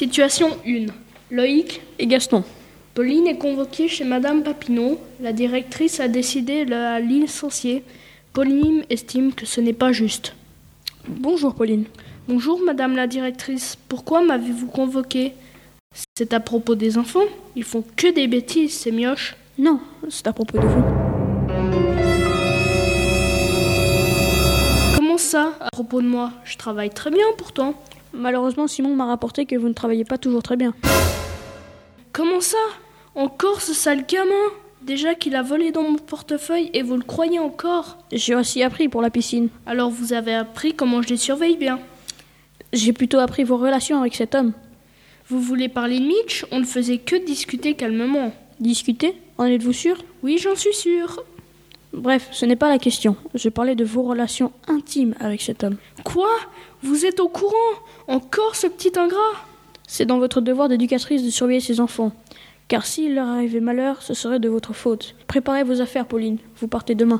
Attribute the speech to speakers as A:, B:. A: Situation 1. Loïc,
B: et Gaston.
A: Pauline est convoquée chez Madame Papineau. La directrice a décidé de la licencier. Pauline estime que ce n'est pas juste.
B: Bonjour Pauline.
A: Bonjour Madame la directrice, pourquoi m'avez-vous convoquée C'est à propos des enfants Ils font que des bêtises, ces mioches.
B: Non, c'est à propos de vous.
A: Comment ça, à propos de moi Je travaille très bien pourtant.
B: Malheureusement, Simon m'a rapporté que vous ne travaillez pas toujours très bien.
A: Comment ça Encore ce sale gamin Déjà qu'il a volé dans mon portefeuille et vous le croyez encore
B: J'ai aussi appris pour la piscine.
A: Alors vous avez appris comment je les surveille bien.
B: J'ai plutôt appris vos relations avec cet homme.
A: Vous voulez parler de Mitch On ne faisait que discuter calmement.
B: Discuter En êtes-vous sûr
A: Oui, j'en suis sûre.
B: Bref, ce n'est pas la question. Je parlais de vos relations intimes avec cet homme.
A: Quoi Vous êtes au courant Encore ce petit ingrat
B: C'est dans votre devoir d'éducatrice de surveiller ses enfants. Car s'il leur arrivait malheur, ce serait de votre faute. Préparez vos affaires, Pauline. Vous partez demain.